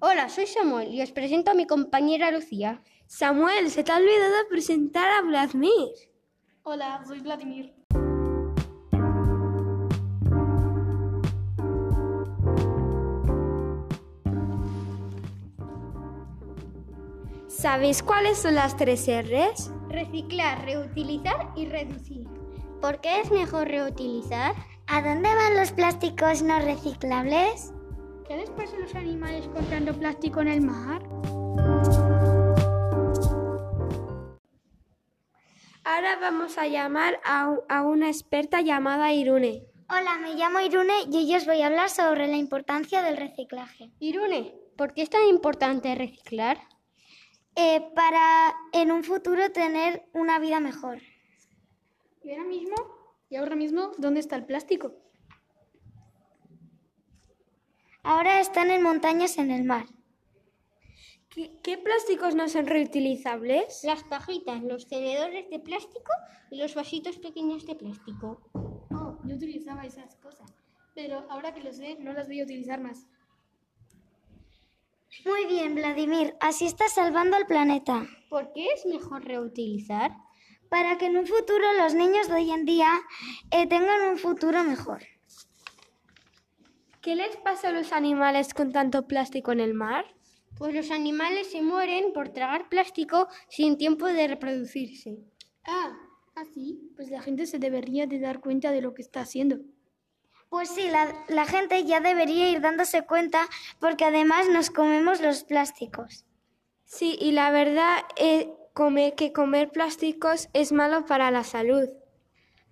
Hola, soy Samuel y os presento a mi compañera Lucía. Samuel, se te ha olvidado presentar a Vladimir. Hola, soy Vladimir. ¿Sabéis cuáles son las tres R's? Reciclar, reutilizar y reducir. ¿Por qué es mejor reutilizar? ¿A dónde van los plásticos no reciclables? ¿Qué les pasa a los animales comprando plástico en el mar? Ahora vamos a llamar a, a una experta llamada Irune. Hola, me llamo Irune y hoy os voy a hablar sobre la importancia del reciclaje. Irune, ¿por qué es tan importante reciclar? Eh, para en un futuro tener una vida mejor. ¿Y ahora mismo? ¿Y ahora mismo dónde está el plástico? Ahora están en montañas en el mar. ¿Qué, qué plásticos no son reutilizables? Las cajitas, los tenedores de plástico y los vasitos pequeños de plástico. Oh, yo utilizaba esas cosas, pero ahora que lo sé, no las voy a utilizar más. Muy bien, Vladimir, así estás salvando al planeta. ¿Por qué es mejor reutilizar? Para que en un futuro los niños de hoy en día eh, tengan un futuro mejor. ¿Qué les pasa a los animales con tanto plástico en el mar? Pues los animales se mueren por tragar plástico sin tiempo de reproducirse. Ah, así, pues la gente se debería de dar cuenta de lo que está haciendo. Pues sí, la, la, gente ya debería ir dándose cuenta porque además nos comemos los plásticos. Sí, y la verdad es comer, que comer plásticos es malo para la salud.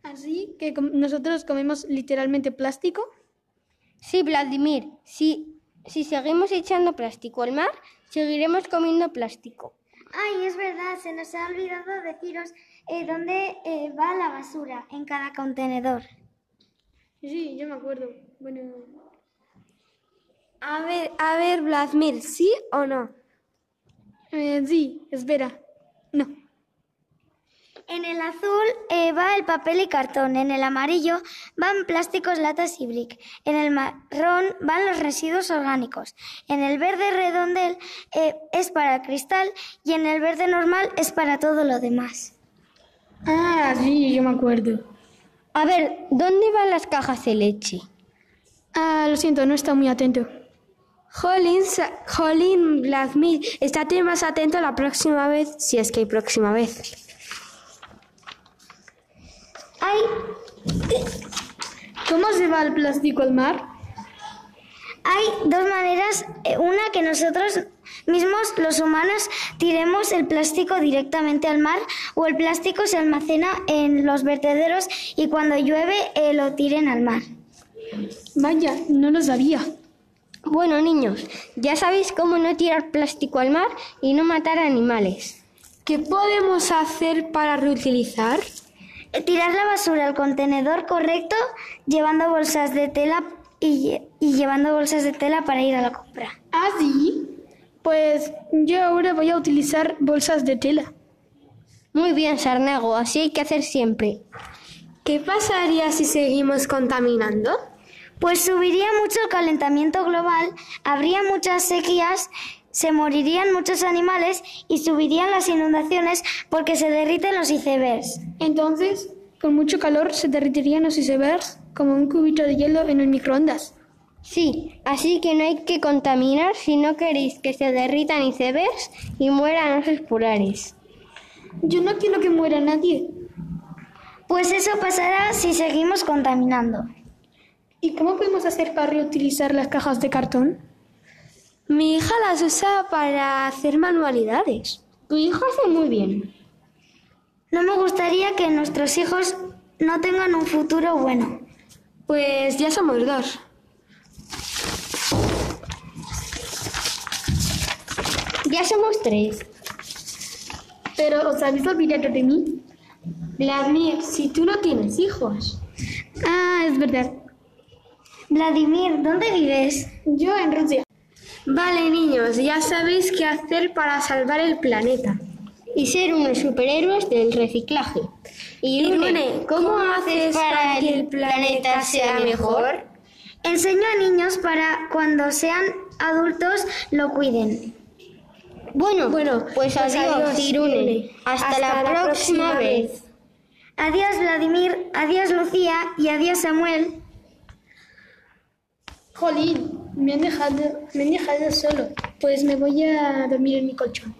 ¿Así que nosotros comemos literalmente plástico? Sí, Vladimir, si, si seguimos echando plástico al mar, seguiremos comiendo plástico. Ay, es verdad, se nos ha olvidado deciros eh, dónde eh, va la basura en cada contenedor. Sí, yo me acuerdo. Bueno. A ver, a ver, Vladimir, ¿sí o no? Eh, sí, espera. No. En el azul eh, va el papel y cartón, en el amarillo van plásticos, latas y brick, en el marrón van los residuos orgánicos, en el verde redondel eh, es para el cristal y en el verde normal es para todo lo demás. Ah, sí, yo me acuerdo. A ver, ¿dónde van las cajas de leche? Ah, lo siento, no está muy atento. Jolín, Jolín Vladimir, estate más atento la próxima vez, si es que hay próxima vez. ¡Ay! ¿Cómo se va el plástico al mar? Hay dos maneras. eh, Una que nosotros mismos, los humanos, tiremos el plástico directamente al mar o el plástico se almacena en los vertederos y cuando llueve eh, lo tiren al mar. Vaya, no lo sabía. Bueno, niños, ya sabéis cómo no tirar plástico al mar y no matar animales. ¿Qué podemos hacer para reutilizar? Eh, tirar la basura al contenedor correcto, llevando bolsas de tela y, y, llevando bolsas de tela para ir a la compra. ¿Ah, sí? Pues yo ahora voy a utilizar bolsas de tela. Muy bien, Sarnago, así hay que hacer siempre. ¿Qué pasaría si seguimos contaminando? Pues subiría mucho el calentamiento global, habría muchas sequías, se morirían muchos animales y subirían las inundaciones porque se derriten los icebergs. Entonces, con mucho calor se derritirían los icebergs como un cubito de hielo en el microondas. Sí, así que no hay que contaminar si no queréis que se derritan icebergs y mueran osos polares. Yo no quiero que muera nadie. Pues eso pasará si seguimos contaminando. ¿Y cómo podemos hacer para reutilizar las cajas de cartón? Mi hija las usa para hacer manualidades. Tu hija hace muy bien. No me gustaría que nuestros hijos no tengan un futuro bueno. Pues ya somos dos. Ya somos tres. Pero os habéis olvidado de mí. Vladimir, si tú no tienes hijos. Ah, es verdad. Vladimir, ¿dónde vives? Yo en Rusia. Vale, niños, ya sabéis qué hacer para salvar el planeta y ser unos superhéroes del reciclaje. Y Irune, ¿cómo, ¿cómo haces para que el planeta sea mejor? Enseño a niños para cuando sean adultos lo cuiden. Bueno, Bueno, pues, pues adiós, adiós, Irune. Irune. Hasta, Hasta la, la próxima próxima vez. Adiós Vladimir, adiós Lucía y adiós Samuel. Jolín, me han dejado, me han dejado solo. Pues me voy a dormir en mi colchón.